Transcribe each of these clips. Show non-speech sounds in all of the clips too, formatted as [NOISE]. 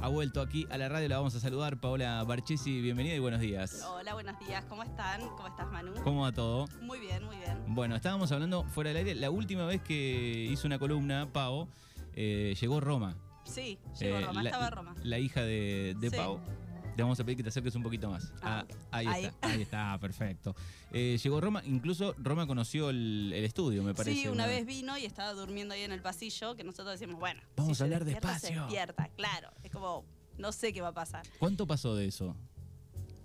ha vuelto aquí a la radio. La vamos a saludar. Paola Barchesi, bienvenida y buenos días. Hola, buenos días. ¿Cómo están? ¿Cómo estás, Manu? ¿Cómo va todo? Muy bien, muy bien. Bueno, estábamos hablando fuera del aire. La última vez que hizo una columna, Pau, eh, llegó Roma. Sí, llegó Eh, Roma, la, estaba Roma. La hija de, de Sí. Pau. Te vamos a pedir que te acerques un poquito más. Ah, ahí, ahí. está, ahí está, ah, perfecto. Eh, llegó Roma, incluso Roma conoció el, el estudio, me parece. Sí, una vez vino y estaba durmiendo ahí en el pasillo, que nosotros decimos, bueno, Vamos si a se hablar despierta, despacio. Se despierta, claro. Es como, no sé qué va a pasar. ¿Cuánto pasó de eso?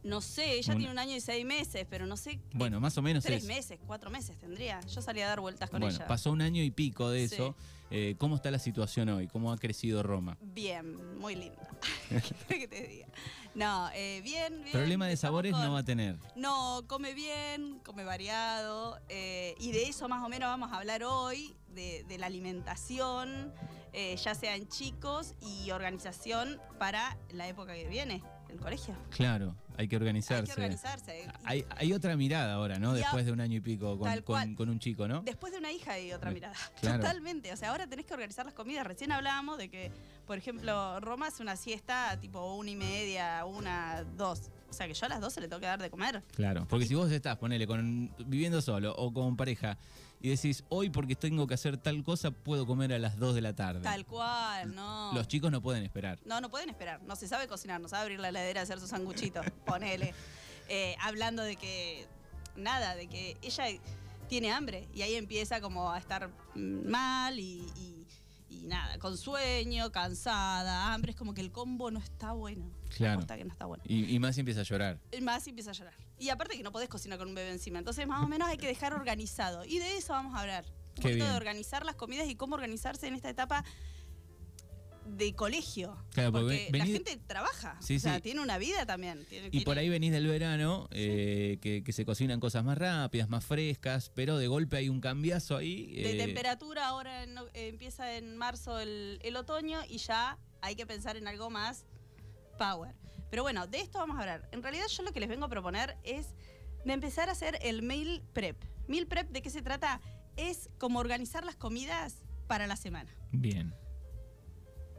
No sé, ella Una- tiene un año y seis meses, pero no sé, Bueno, más o menos tres es. meses, cuatro meses tendría. Yo salí a dar vueltas con bueno, ella. pasó un año y pico de Sí. eso. Eh, ¿Cómo está la situación hoy? ¿Cómo ha crecido Roma? Bien, muy linda. [LAUGHS] ¿Qué querés que te diga? No, eh, bien, bien. Problema de Estamos sabores con- no va a tener. No, come bien, come variado. eh, y de eso más o menos vamos a hablar hoy, de, de la alimentación, eh, ya sean chicos y organización para la época que viene, el colegio. Claro, hay que Hay organizarse. que organizarse. Y Ah, Hay, hay otra mirada ahora, ¿no? Y a- Después de un año y pico con, Tal con- cual. con un chico, ¿no? Después de una hija y otra Me- mirada. Eh, [LAUGHS] claro. Totalmente. O sea, ahora tenés que organizar las comidas. Recién hablábamos de que, por ejemplo, Roma hace una siesta tipo una y media, una, dos. O sea, que yo a las dos se le tengo que dar de comer. Claro, porque si vos estás, ponele, con, viviendo solo o con pareja y decís, hoy porque tengo que hacer tal cosa, puedo comer a las 2 de la tarde. Tal cual, no. Los chicos no pueden esperar. No, no pueden esperar. No se sabe cocinar, no sabe abrir la heladera, hacer sus sanguchitos. [LAUGHS] Ponele. Eh, hablando de que. Nada, de que ella tiene hambre y ahí empieza como a estar mm, mal y, y- y nada, con sueño, cansada, hambre. Es como que el combo no está bueno. Claro. Hasta que no está bueno. Y, y más empieza a llorar. Y más y empieza a llorar. Y aparte que no podés cocinar con un bebé encima. Entonces, más o menos hay que dejar organizado. Y de eso vamos a hablar. Un Qué poquito bien. de organizar las comidas y cómo organizarse en esta etapa de colegio. Claro, porque porque ve- la venís- gente trabaja. Sí, o sea, sí. tiene una vida también. tiene- Y tiene- por ahí venís del verano, eh, que, que se cocinan cosas más rápidas, más frescas, pero de golpe hay un cambiazo ahí. De eh, temperatura, ahora en- eh, empieza en marzo el, el otoño y ya hay que pensar en algo más power. Pero bueno, de esto vamos a hablar. En realidad yo lo que les vengo a proponer es de empezar a hacer el meal prep. Meal prep, ¿de qué se trata? Es como organizar las comidas para la semana. Bien.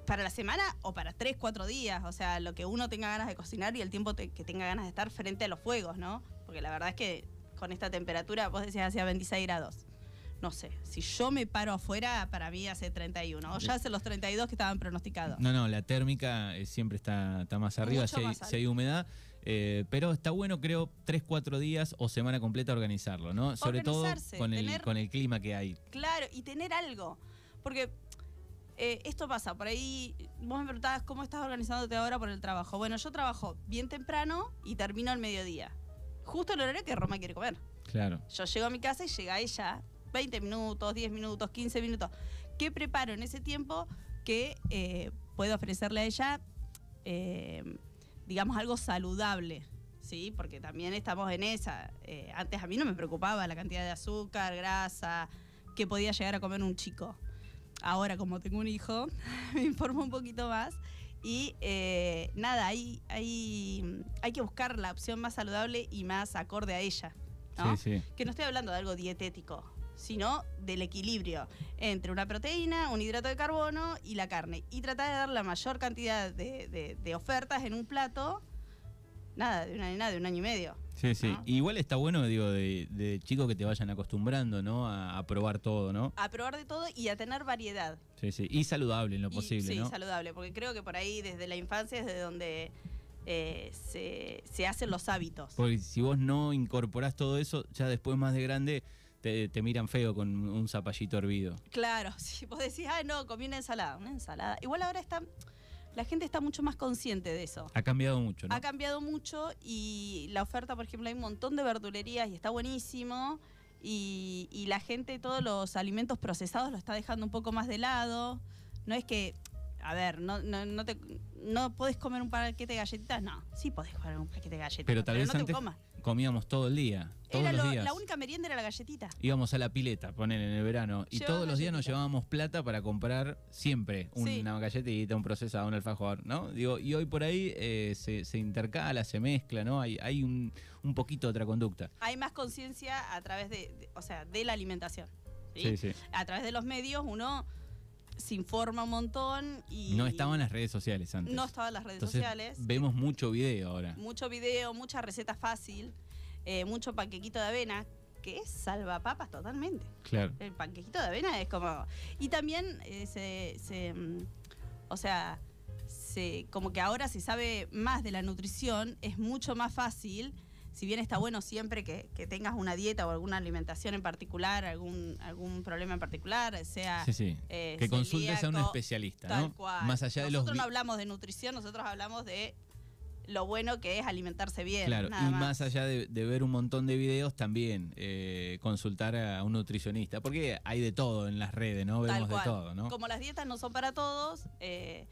Para la semana o para tres, cuatro días. O sea, lo que uno tenga ganas de cocinar y el tiempo te- que tenga ganas de estar frente a los fuegos, ¿no? Porque la verdad es que con esta temperatura, vos decías, hacía 26 grados. No sé, si yo me paro afuera, para mí hace 31. O ya hace los 32 que estaban pronosticados. No, no, la térmica eh, siempre está, está más arriba Mucho si hay, más alta. si hay humedad. eh, pero está bueno, creo, tres, cuatro días o semana completa organizarlo, ¿no? Sobre todo Organizarse, con el, tener- con el clima que hay. Claro, y tener algo. Porque eh, esto pasa, por ahí vos me preguntabas cómo estás organizándote ahora por el trabajo. Bueno, yo trabajo bien temprano y termino al mediodía. Justo el horario que Roma quiere comer. Claro. Yo llego a mi casa y llega ella 20 minutos, 10 minutos, 15 minutos. ¿Qué preparo en ese tiempo que eh, puedo ofrecerle a ella, eh, digamos, algo saludable? Sí, porque también estamos en esa. Eh, antes a mí no me preocupaba la cantidad de azúcar, grasa, que podía llegar a comer un chico. Ahora, como tengo un hijo, [LAUGHS] me informo un poquito más. Y eh, nada, hay, hay, hay que buscar la opción más saludable y más acorde a ella. ¿no? Sí, sí. que no estoy hablando de algo dietético, sino del equilibrio entre una proteína, un hidrato de carbono y la carne. Y tratar de dar la mayor cantidad de, de- de ofertas en un plato, nada, de una nena de un año y medio. Sí, sí. ¿no? Igual está bueno, digo, de, de chico que te vayan acostumbrando, ¿no? A, a probar todo, ¿no? A probar de todo y a tener variedad. Sí, sí. Y saludable en lo Y- posible, sí, ¿no? saludable, porque creo que por ahí desde la infancia es de donde eh, se, se hacen los hábitos. Porque si vos no incorporás todo eso, ya después más de grande te, te miran feo con un zapallito hervido. Claro, [LAUGHS] si vos decís, ah, no, comí una ensalada, una ensalada. Igual ahora está, la gente está mucho más consciente de eso. Ha cambiado mucho, ¿no? Ha cambiado mucho y la oferta, por ejemplo, hay un montón de verdulerías y está buenísimo. Y, y la gente, todos los alimentos procesados lo está dejando un poco más de lado. No es que, a ver, no, no, no, te, no podés comer un paquete de galletitas. No, sí podés comer un paquete de galletitas. pero tal vez no te antes comas. comíamos todo el día, todos Era los lo- días. la única merienda era la galletita. íbamos a la pileta, poner en el verano, y Llevaba todos los días nos galletitas. llevábamos plata para comprar siempre una Sí. galletita, un procesado, un alfajor, ¿no? Digo, y hoy por ahí eh, se, se intercala, se mezcla, ¿no? Hay, hay un, un poquito de otra conducta. Hay más conciencia a través de, de- o sea, de la alimentación. ¿sí? sí. a través de los medios uno se informa un montón y... No estaban las redes sociales antes. No estaban las redes Entonces, sociales. Vemos mucho video ahora. Mucho video, mucha receta fácil, eh, mucho panquequito de avena, que es salvapapas totalmente. Claro. El panquequito de avena es como. Y también eh, se, se, mm, O sea, se, como que ahora se sabe más de la nutrición, es mucho más fácil. Si bien está bueno siempre que, que tengas una dieta o alguna alimentación en particular, algún, algún problema en particular, sea. Sí, sí. eh, Que consultes a un celíaco, especialista, Tal ¿no? cual. Más allá de los Nosotros vi- no hablamos de nutrición, nosotros hablamos de lo bueno que es alimentarse bien. Claro, nada y más allá de, de ver un montón de videos, también eh, consultar a un nutricionista, porque hay de todo en las redes, ¿no? Tal Vemos de cual. todo, ¿no? Como las dietas no son para todos, eh,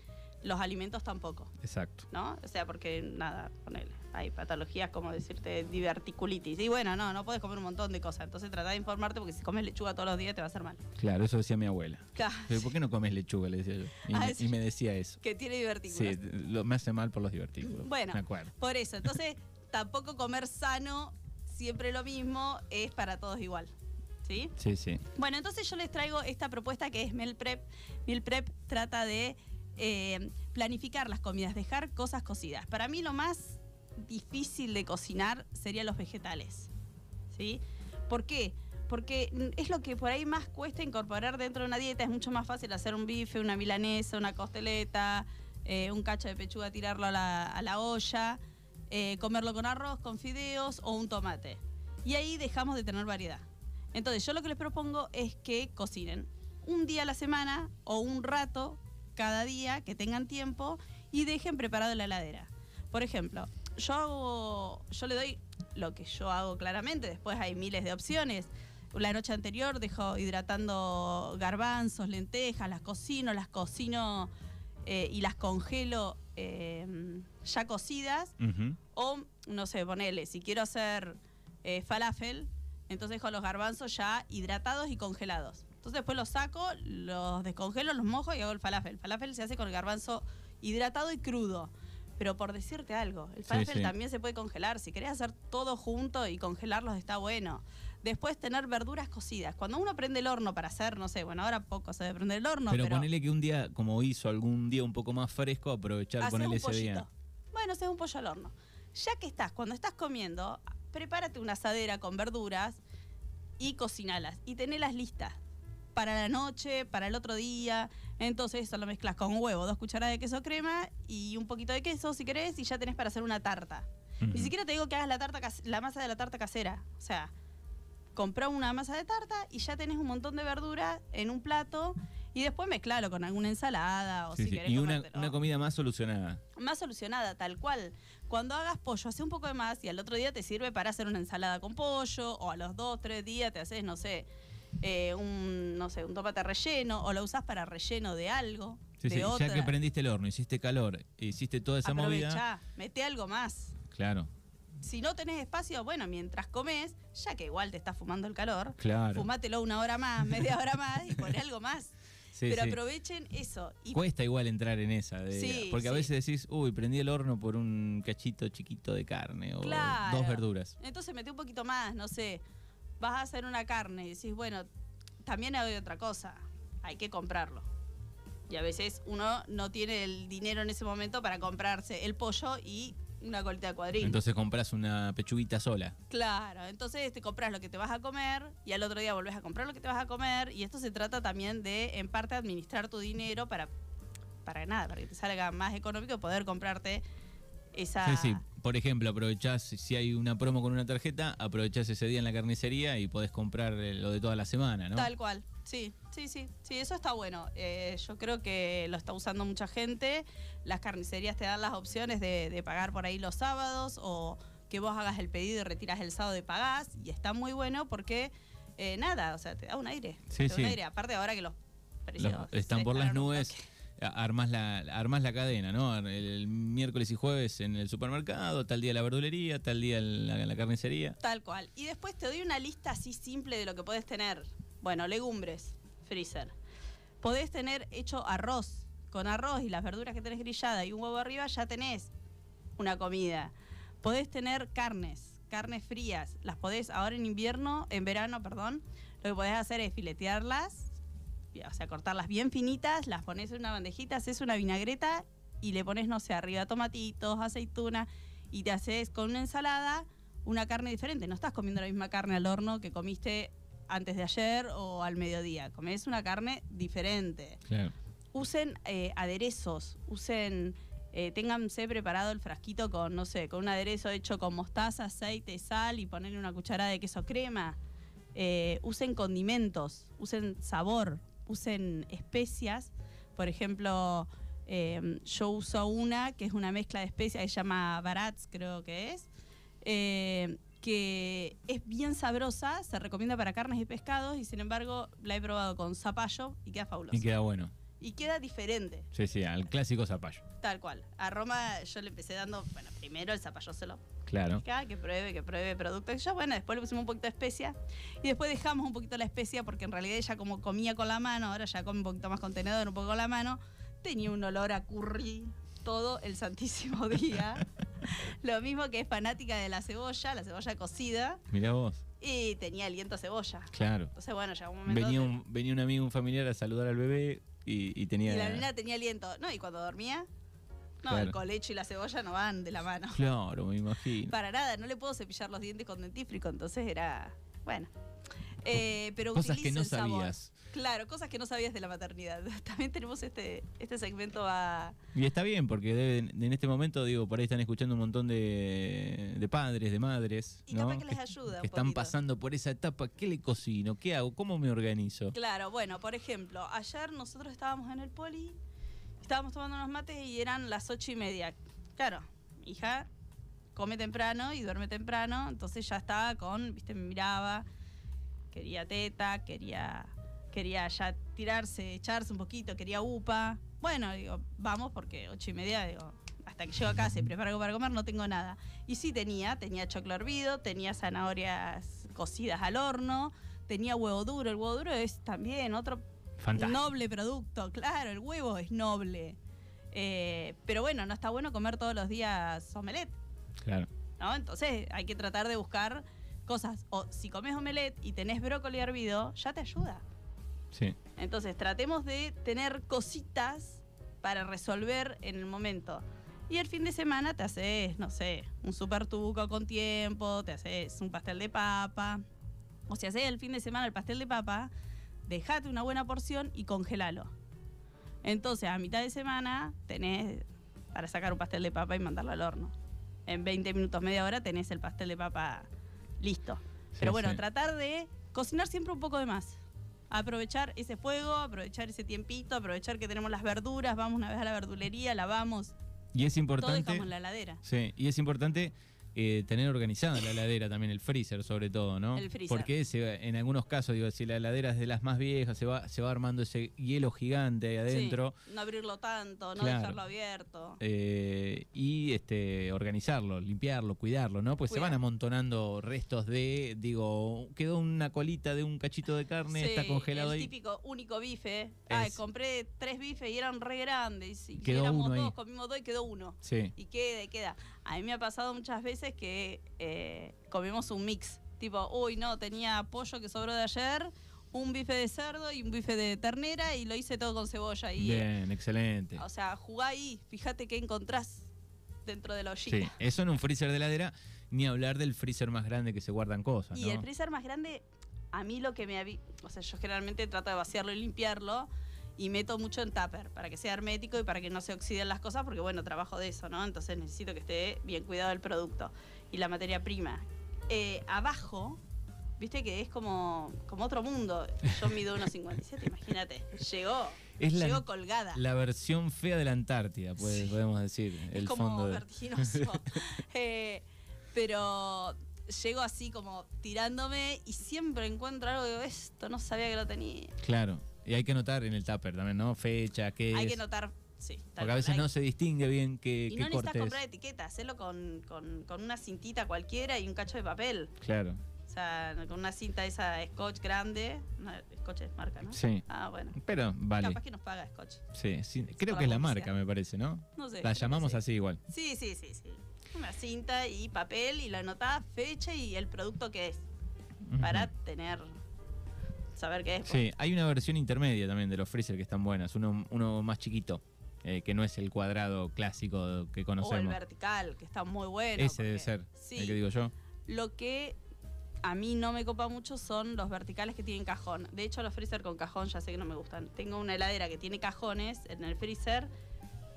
los alimentos tampoco, Exacto. ¿no? O sea, porque nada, ponele, hay patologías como decirte diverticulitis. Y bueno, no, no puedes comer un montón de cosas. Entonces trata de informarte porque si comes lechuga todos los días te va a hacer mal. Claro, eso decía mi abuela. Claro, Pero, ¿Por qué no comes lechuga? Le decía yo. Y, Ah, me, sí. y me decía eso. [LAUGHS] que tiene Sí, divertículos. lo, me hace mal por los divertículos. Bueno. Me acuerdo. Por eso, entonces tampoco comer sano, siempre lo mismo, es para todos igual. ¿Sí? Sí, sí. Bueno, entonces yo les traigo esta propuesta que es Meal Prep. Meal Prep trata de eh, planificar las comidas, dejar cosas cocidas. Para mí lo más difícil de cocinar serían los vegetales. ¿Sí? ¿Por qué? Porque mm, es lo que por ahí más cuesta incorporar dentro de una dieta. Es mucho más fácil hacer un bife, una milanesa, una costeleta, eh, un cacho de pechuga, tirarlo a la, a la olla, eh, comerlo con arroz, con fideos o un tomate. Y ahí dejamos de tener variedad. Entonces, yo lo que les propongo es que cocinen un día a la semana o un rato cada día que tengan tiempo y dejen preparado en la heladera. Por ejemplo, yo hago, yo le doy lo que yo hago claramente, después hay miles de opciones. La noche anterior dejo hidratando garbanzos, lentejas, las cocino, las cocino eh, y las congelo eh, ya cocidas. Ujú. O, no sé, ponele, si quiero hacer eh, falafel, entonces dejo los garbanzos ya hidratados y congelados. Entonces después los saco, los descongelo, los mojo y hago el falafel. El falafel se hace con el garbanzo hidratado y crudo. Pero por decirte algo, el falafel sí. también se puede congelar. Si querés hacer todo junto y congelarlos está bueno. Después tener verduras cocidas. Cuando uno prende el horno para hacer, no sé, bueno, ahora poco se debe prender el horno, pero, pero, ponele que un día, como hizo, algún día un poco más fresco, aprovechar, Haces ponele un ese pollito. día. Bueno, haces un pollo al horno. Ya que estás, cuando estás comiendo, prepárate una asadera con verduras y cocinalas. Y tenelas listas. Para la noche, para el otro día. Entonces eso lo mezclas con huevo, dos cucharadas de queso crema y un poquito de queso si querés y ya tenés para hacer una tarta. Ni Ujú. siquiera te digo que hagas la, tarta cas- la masa de la tarta casera. O sea, comprá una masa de tarta y ya tenés un montón de verdura en un plato y después mezclalo con alguna ensalada o Sí, si sí. querés Y una, comértelo una comida más solucionada. más solucionada, tal cual. Cuando hagas pollo, hace un poco de más y al otro día te sirve para hacer una ensalada con pollo, o a los dos, tres días te haces, no sé, eh, un, no sé, un tomate relleno, o lo usás para relleno de algo, Sí, de sí. otra. Ya que prendiste el horno, hiciste calor, hiciste toda esa movida. Aprovechá, mete algo más. Claro, Si no tenés espacio, bueno, mientras comes, ya que igual te está fumando el calor, claro. fumátelo una hora más, media hora más y [LAUGHS] poné algo más. Sí, Pero sí. aprovechen eso. Y Cuesta igual entrar en esa, de- Sí, porque a sí. veces decís, uy, prendí el horno por un cachito chiquito de carne o Claro. dos verduras. Entonces metí un poquito más, no sé. Vas a hacer una carne y decís, bueno, también hay otra cosa. Hay que comprarlo. Y a veces uno no tiene el dinero en ese momento para comprarse el pollo y una colita de cuadril. Entonces compras una pechuguita sola. claro, entonces te compras lo que te vas a comer y al otro día volvés a comprar lo que te vas a comer. Y esto se trata también de, en parte, administrar tu dinero para, para nada, para que te salga más económico y poder comprarte esa. Sí, sí. Por ejemplo, aprovechás, si hay una promo con una tarjeta, aprovechás ese día en la carnicería y podés comprar eh, lo de toda la semana, ¿no? Tal cual, sí, sí, sí, sí, eso está bueno. Eh, yo creo que lo está usando mucha gente. Las carnicerías te dan las opciones de, de pagar por ahí los sábados o que vos hagas el pedido y retiras el sábado y pagás. Y está muy bueno porque eh, nada, o sea, te da un aire. Sí, te da un sí. aire. Aparte ahora que los precios Los- están se por las dispararon un nubes. toque. a- Armás la, armás la cadena, ¿no? El, miércoles y jueves en el supermercado, tal día la verdulería, tal día en la, en la carnicería. Tal cual. Y después te doy una lista así simple de lo que podés tener. Bueno, legumbres, freezer. Podés tener hecho arroz. Con arroz y las verduras que tenés grillada y un huevo arriba ya tenés una comida. Podés tener carnes, carnes frías. Las podés ahora en invierno, en verano, perdón. Lo que podés hacer es filetearlas, o sea, cortarlas bien finitas, las pones en una bandejita, haces una vinagreta y le pones, no sé, arriba tomatitos, aceituna y te haces con una ensalada una carne diferente. No estás comiendo la misma carne al horno que comiste antes de ayer o al mediodía. Comes una carne diferente. Claro. Usen eh, aderezos, usen, eh, ténganse preparado el frasquito con, no sé, con un aderezo hecho con mostaza, aceite, y sal y ponerle una cucharada de queso crema. Eh, usen condimentos, usen sabor, usen especias. Por ejemplo, eh, yo uso una que es una mezcla de especias que se llama Baratz, creo que es, eh, que es bien sabrosa, se recomienda para carnes y pescados y sin embargo la he probado con zapallo y queda fabulosa. Y queda bueno. Y queda diferente, Sí, sí, al clásico zapallo. tal cual. A Roma yo le empecé dando, bueno, primero el zapallo se lo Claro. pica, que pruebe, que pruebe producto. Y yo, bueno, después le pusimos un poquito de especia y después dejamos un poquito la especia porque en realidad ella como comía con la mano, ahora ya come un poquito más contenedor, un poco con la mano, tenía un olor a curry todo el santísimo [LAUGHS] día. Lo mismo que es fanática de la cebolla, la cebolla cocida, Mirá vos. y tenía aliento a cebolla. Claro. Entonces, bueno, llegó un momento... Venía que- un, venía un amigo, un familiar a saludar al bebé y, y tenía. Y la nena tenía aliento. No, y cuando dormía, no, Claro. el colecho y la cebolla no van de [LAUGHS] la mano. Claro, me imagino. Para nada, no le puedo cepillar los dientes con dentífrico, entonces era. Bueno. Eh, pero Cosas utilizo que no el sabor. sabías. Claro, cosas que no sabías de la maternidad. [LAUGHS] También tenemos este, este segmento a. Y está bien, porque deben- en este momento, digo, por ahí están escuchando un montón de, de padres, de madres, Y ¿no? capaz que les Que- ayuda. que un están poquito. pasando por esa etapa. ¿Qué le cocino? ¿Qué hago? ¿Cómo me organizo? Claro, bueno, por ejemplo, ayer nosotros estábamos en el poli, estábamos tomando unos mates y eran las ocho y media. Claro, mi hija come temprano y duerme temprano, entonces ya estaba con, viste, me miraba, quería teta, quería, quería ya tirarse, echarse un poquito, quería upa. Bueno, digo, vamos porque ocho y media, digo, hasta que llego a casa y preparo algo para comer, no tengo nada. Y sí tenía, tenía choclo hervido, tenía zanahorias cocidas al horno, tenía huevo duro. El huevo duro es también otro Fantástico. noble producto, claro, el huevo es noble. Eh, pero bueno, no está bueno comer todos los días omelette, Claro. ¿no? Entonces hay que tratar de buscar cosas. O si comes omelette y tenés brócoli hervido, ya te ayuda. Sí. Entonces tratemos de tener cositas para resolver en el momento. Y el fin de semana te haces, no sé, un super tuco con tiempo, te haces un pastel de papa. O si haces el fin de semana el pastel de papa, dejate una buena porción y congelalo. Entonces a mitad de semana tenés para sacar un pastel de papa y mandarlo al horno. En 20 minutos, media hora tenés el pastel de papa listo. Pero sí, bueno, sí. tratar de cocinar siempre un poco de más. Aprovechar ese fuego, aprovechar ese tiempito, aprovechar que tenemos las verduras, vamos una vez a la verdulería, lavamos, Y es todo importante. dejamos en la heladera. Sí, y es importante eh, tener organizada la heladera también, el freezer sobre todo, ¿no? El freezer. Porque se va- en algunos casos, digo, si la heladera es de las más viejas, se va, se va armando ese hielo gigante ahí adentro. Sí, no abrirlo tanto, no Claro. dejarlo abierto. eh, y este organizarlo, limpiarlo, cuidarlo, ¿no? Pues se van Cuidar. amontonando restos de, digo, quedó una colita de un cachito de carne, está Sí, congelado el ahí. típico único bife. Ay, Es. compré tres bifes y eran re grandes. Y Quedó éramos uno ahí. dos, comimos dos y quedó uno. Sí, Y queda, y queda. A mí me ha pasado muchas veces que eh, comimos un mix. Tipo, uy, no, tenía pollo que sobró de ayer, un bife de cerdo y un bife de ternera y lo hice todo con cebolla. Y, eh, bien, excelente. o sea, jugá ahí, fíjate qué encontrás dentro de la ollita. Sí, eso en un freezer de heladera, ni hablar del freezer más grande que se guardan cosas, Y ¿no? el freezer más grande, a mí lo que me avi- O sea, yo generalmente trato de vaciarlo y limpiarlo y meto mucho en tupper para que sea hermético y para que no se oxiden las cosas, porque bueno, trabajo de eso, ¿no? Entonces necesito que esté bien cuidado el producto y la materia prima. Eh, abajo, viste que es como, como otro mundo. Yo mido 1,57, imagínate. Llegó, es la, llegó colgada. La versión fea de la Antártida, puede- Sí. podemos decir. es el como fondo de- [LAUGHS] vertiginoso. [LAUGHS] Eh, pero llego así como tirándome y siempre encuentro algo que digo, esto no sabía que lo tenía. Claro. Y hay que anotar en el tupper también, ¿no? Fecha, qué Hay es. que notar, sí. tal porque a cual, veces hay- no se distingue bien qué, Y qué no necesitas corte es. comprar etiqueta, hacerlo con, con- con una cintita cualquiera y un cacho de papel. Claro. O sea, con una cinta esa Scotch grande. No, Scotch es marca, ¿no? Sí. Ah, bueno. Pero vale. Capaz que nos paga Scotch. Sí, sí. Creo que para es la publicidad. marca, me parece, ¿no? No sé. creo La que llamamos sí. así igual. Sí, sí, sí, sí. Una cinta y papel y la anotada fecha y el producto que es. Ujú. para tener saber qué es. Sí, hay una versión intermedia también de los freezer que están buenas, uno, uno más chiquito, eh, que no es el cuadrado clásico que o el conocemos. vertical, que está muy bueno. Ese debe porque- ser, Sí. el que digo yo. Lo que a mí no me copa mucho son los verticales que tienen cajón. De hecho, los freezer con cajón ya sé que no me gustan. Tengo una heladera que tiene cajones en el freezer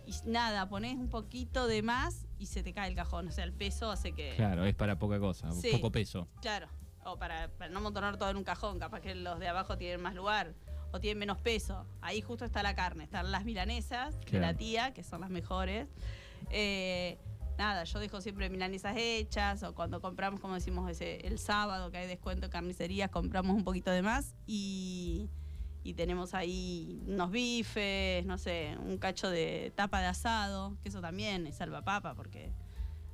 y nada, pones un poquito de más y se te cae el cajón. O sea, el peso hace que. Claro, es para poca cosa, Sí. poco peso. Claro. O para, para no montonar todo en un cajón, capaz que los de abajo tienen más lugar o tienen menos peso. Ahí justo está la carne, están las milanesas de Claro. la tía, que son las mejores. Eh, nada, yo dejo siempre milanesas hechas o cuando compramos, como decimos ese, el sábado que hay descuento en carnicerías, compramos un poquito de más y, y tenemos ahí unos bifes, no sé, un cacho de tapa de asado, que eso también es salvapapa porque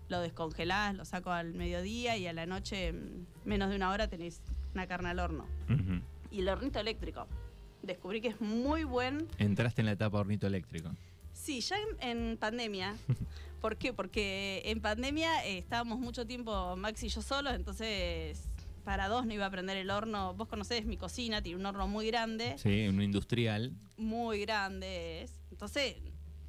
lo descongelás, lo saco al mediodía y a la noche, en menos de una hora, tenés una carne al horno. Ujú. Y el hornito eléctrico. Descubrí que es muy buen. Entraste en la etapa hornito eléctrico. Sí, ya en, en pandemia. ¿Por qué? Porque en pandemia eh, estábamos mucho tiempo Max y yo solos, entonces para dos no iba a prender el horno. Vos conocés mi cocina, tiene un horno muy grande. Sí, un industrial. muy grandes. Entonces,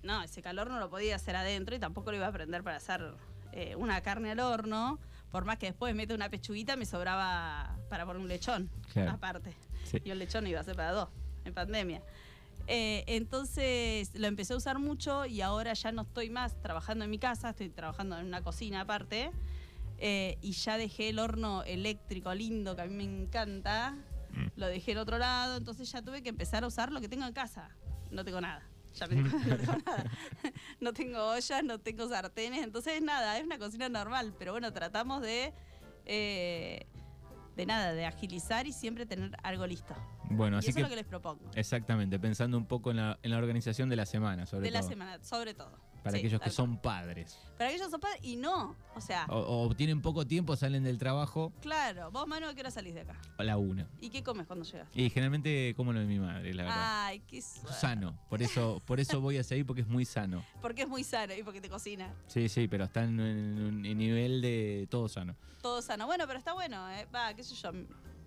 no, ese calor no lo podía hacer adentro y tampoco lo iba a prender para hacer eh, una carne al horno. Por más que después mete una pechuguita, me sobraba para poner un lechón, Claro. aparte. Sí. Y un lechón iba a ser para dos, en pandemia. Eh, entonces lo empecé a usar mucho y ahora ya no estoy más trabajando en mi casa, estoy trabajando en una cocina aparte. Eh, y ya dejé el horno eléctrico lindo que a mí me encanta. Lo dejé en otro lado, entonces ya tuve que empezar a usar lo que tengo en casa. No tengo nada. Ya me di cuenta, no tengo nada. No tengo ollas, no tengo sartenes, entonces nada, es una cocina normal. Pero bueno, tratamos de. eh, de nada, de agilizar y siempre tener algo listo. Bueno, y así eso que, es lo que les propongo. exactamente, pensando un poco en la, en la organización de la semana, sobre De la todo. semana, sobre todo. Para Sí, aquellos que tal cual. son Oh. padres. Para aquellos que son padres y no. O sea, O, o tienen poco tiempo, salen del trabajo claro, vos, Manu, ¿a qué hora salís de acá? a la una. ¿Y qué comes cuando llegas? Y generalmente como lo de mi madre, la verdad. Ay, qué suerte. Sano, por eso, por eso voy a seguir porque es muy sano. Porque es muy sano y porque te cocina. Sí, sí, pero está en un en nivel de todo sano. Todo sano. Bueno, pero está bueno, ¿eh? Va, qué sé yo.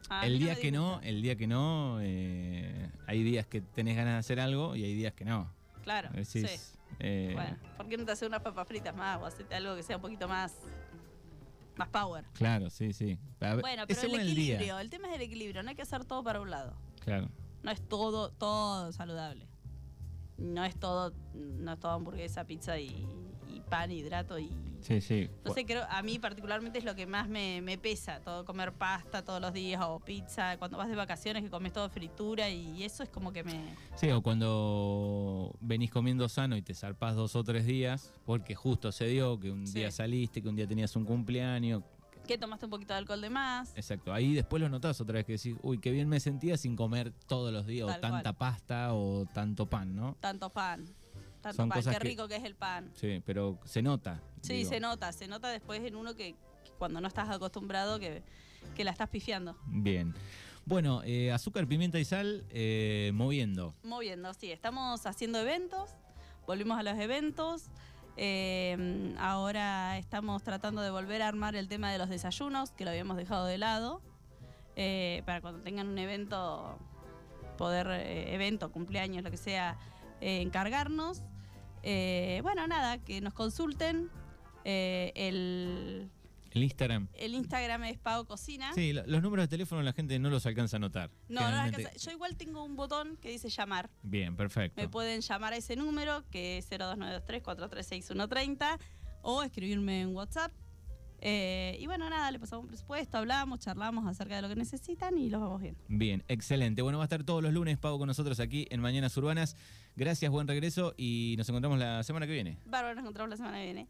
A el mí día me que no, disgusta. el día que no, eh, hay días que tenés ganas de hacer algo y hay días que no. Claro, sí. Decís, eh, Bueno, ¿por qué no te haces unas papas fritas más o hacete algo que sea un poquito más. más power? Claro, sí, sí. A ver, Bueno, es pero el según equilibrio, día. el tema es el equilibrio, no hay que hacer todo para un lado. Claro. No es todo, todo saludable. No es todo, no es todo hamburguesa, pizza y, y pan, hidrato y. Sí, sí. No sé, creo, a mí particularmente es lo que más me, me pesa, todo comer pasta todos los días o pizza, cuando vas de vacaciones que comes todo fritura y eso es como que me... Sí, o cuando venís comiendo sano y te zarpás dos o tres días, porque justo se dio que un Sí. día saliste, que un día tenías un cumpleaños. que tomaste un poquito de alcohol de más? Exacto. Ahí después lo notás otra vez que decís, uy, qué bien me sentía sin comer todos los días, o Tal tanta pasta o tanto pan, ¿no? Tanto pan, tanto Son pan, cosas qué que- rico que es el pan. Sí, pero se nota. Sí, digo. se nota, se nota después en uno que, que cuando no estás acostumbrado que, que la estás pifiando. Bien. Bueno, eh, azúcar, pimienta y sal, eh, moviendo. moviendo, sí. Estamos haciendo eventos, volvimos a los eventos. eh, ahora estamos tratando de volver a armar el tema de los desayunos, que lo habíamos dejado de lado, eh, para cuando tengan un evento, poder, eh, evento, cumpleaños, lo que sea, eh, encargarnos. Eh, bueno, nada, que nos consulten. Eh, el, El Instagram. el Instagram es Pau Cocina. Sí, lo- los números de teléfono la gente no los alcanza a notar. Ah. No, no las Generalmente- alcanza- Yo igual tengo un botón que dice llamar. Bien, perfecto. Me pueden llamar a ese número, que es 029234363130, o escribirme en WhatsApp. Eh, y bueno, nada, le pasamos un presupuesto, hablamos, charlamos acerca de lo que necesitan y los vamos bien. Bien, excelente. Bueno, va a estar todos los lunes Pau con nosotros aquí en Mañanas Urbanas. Gracias, buen regreso y nos encontramos la semana que viene. Bárbaro, nos encontramos la semana que viene.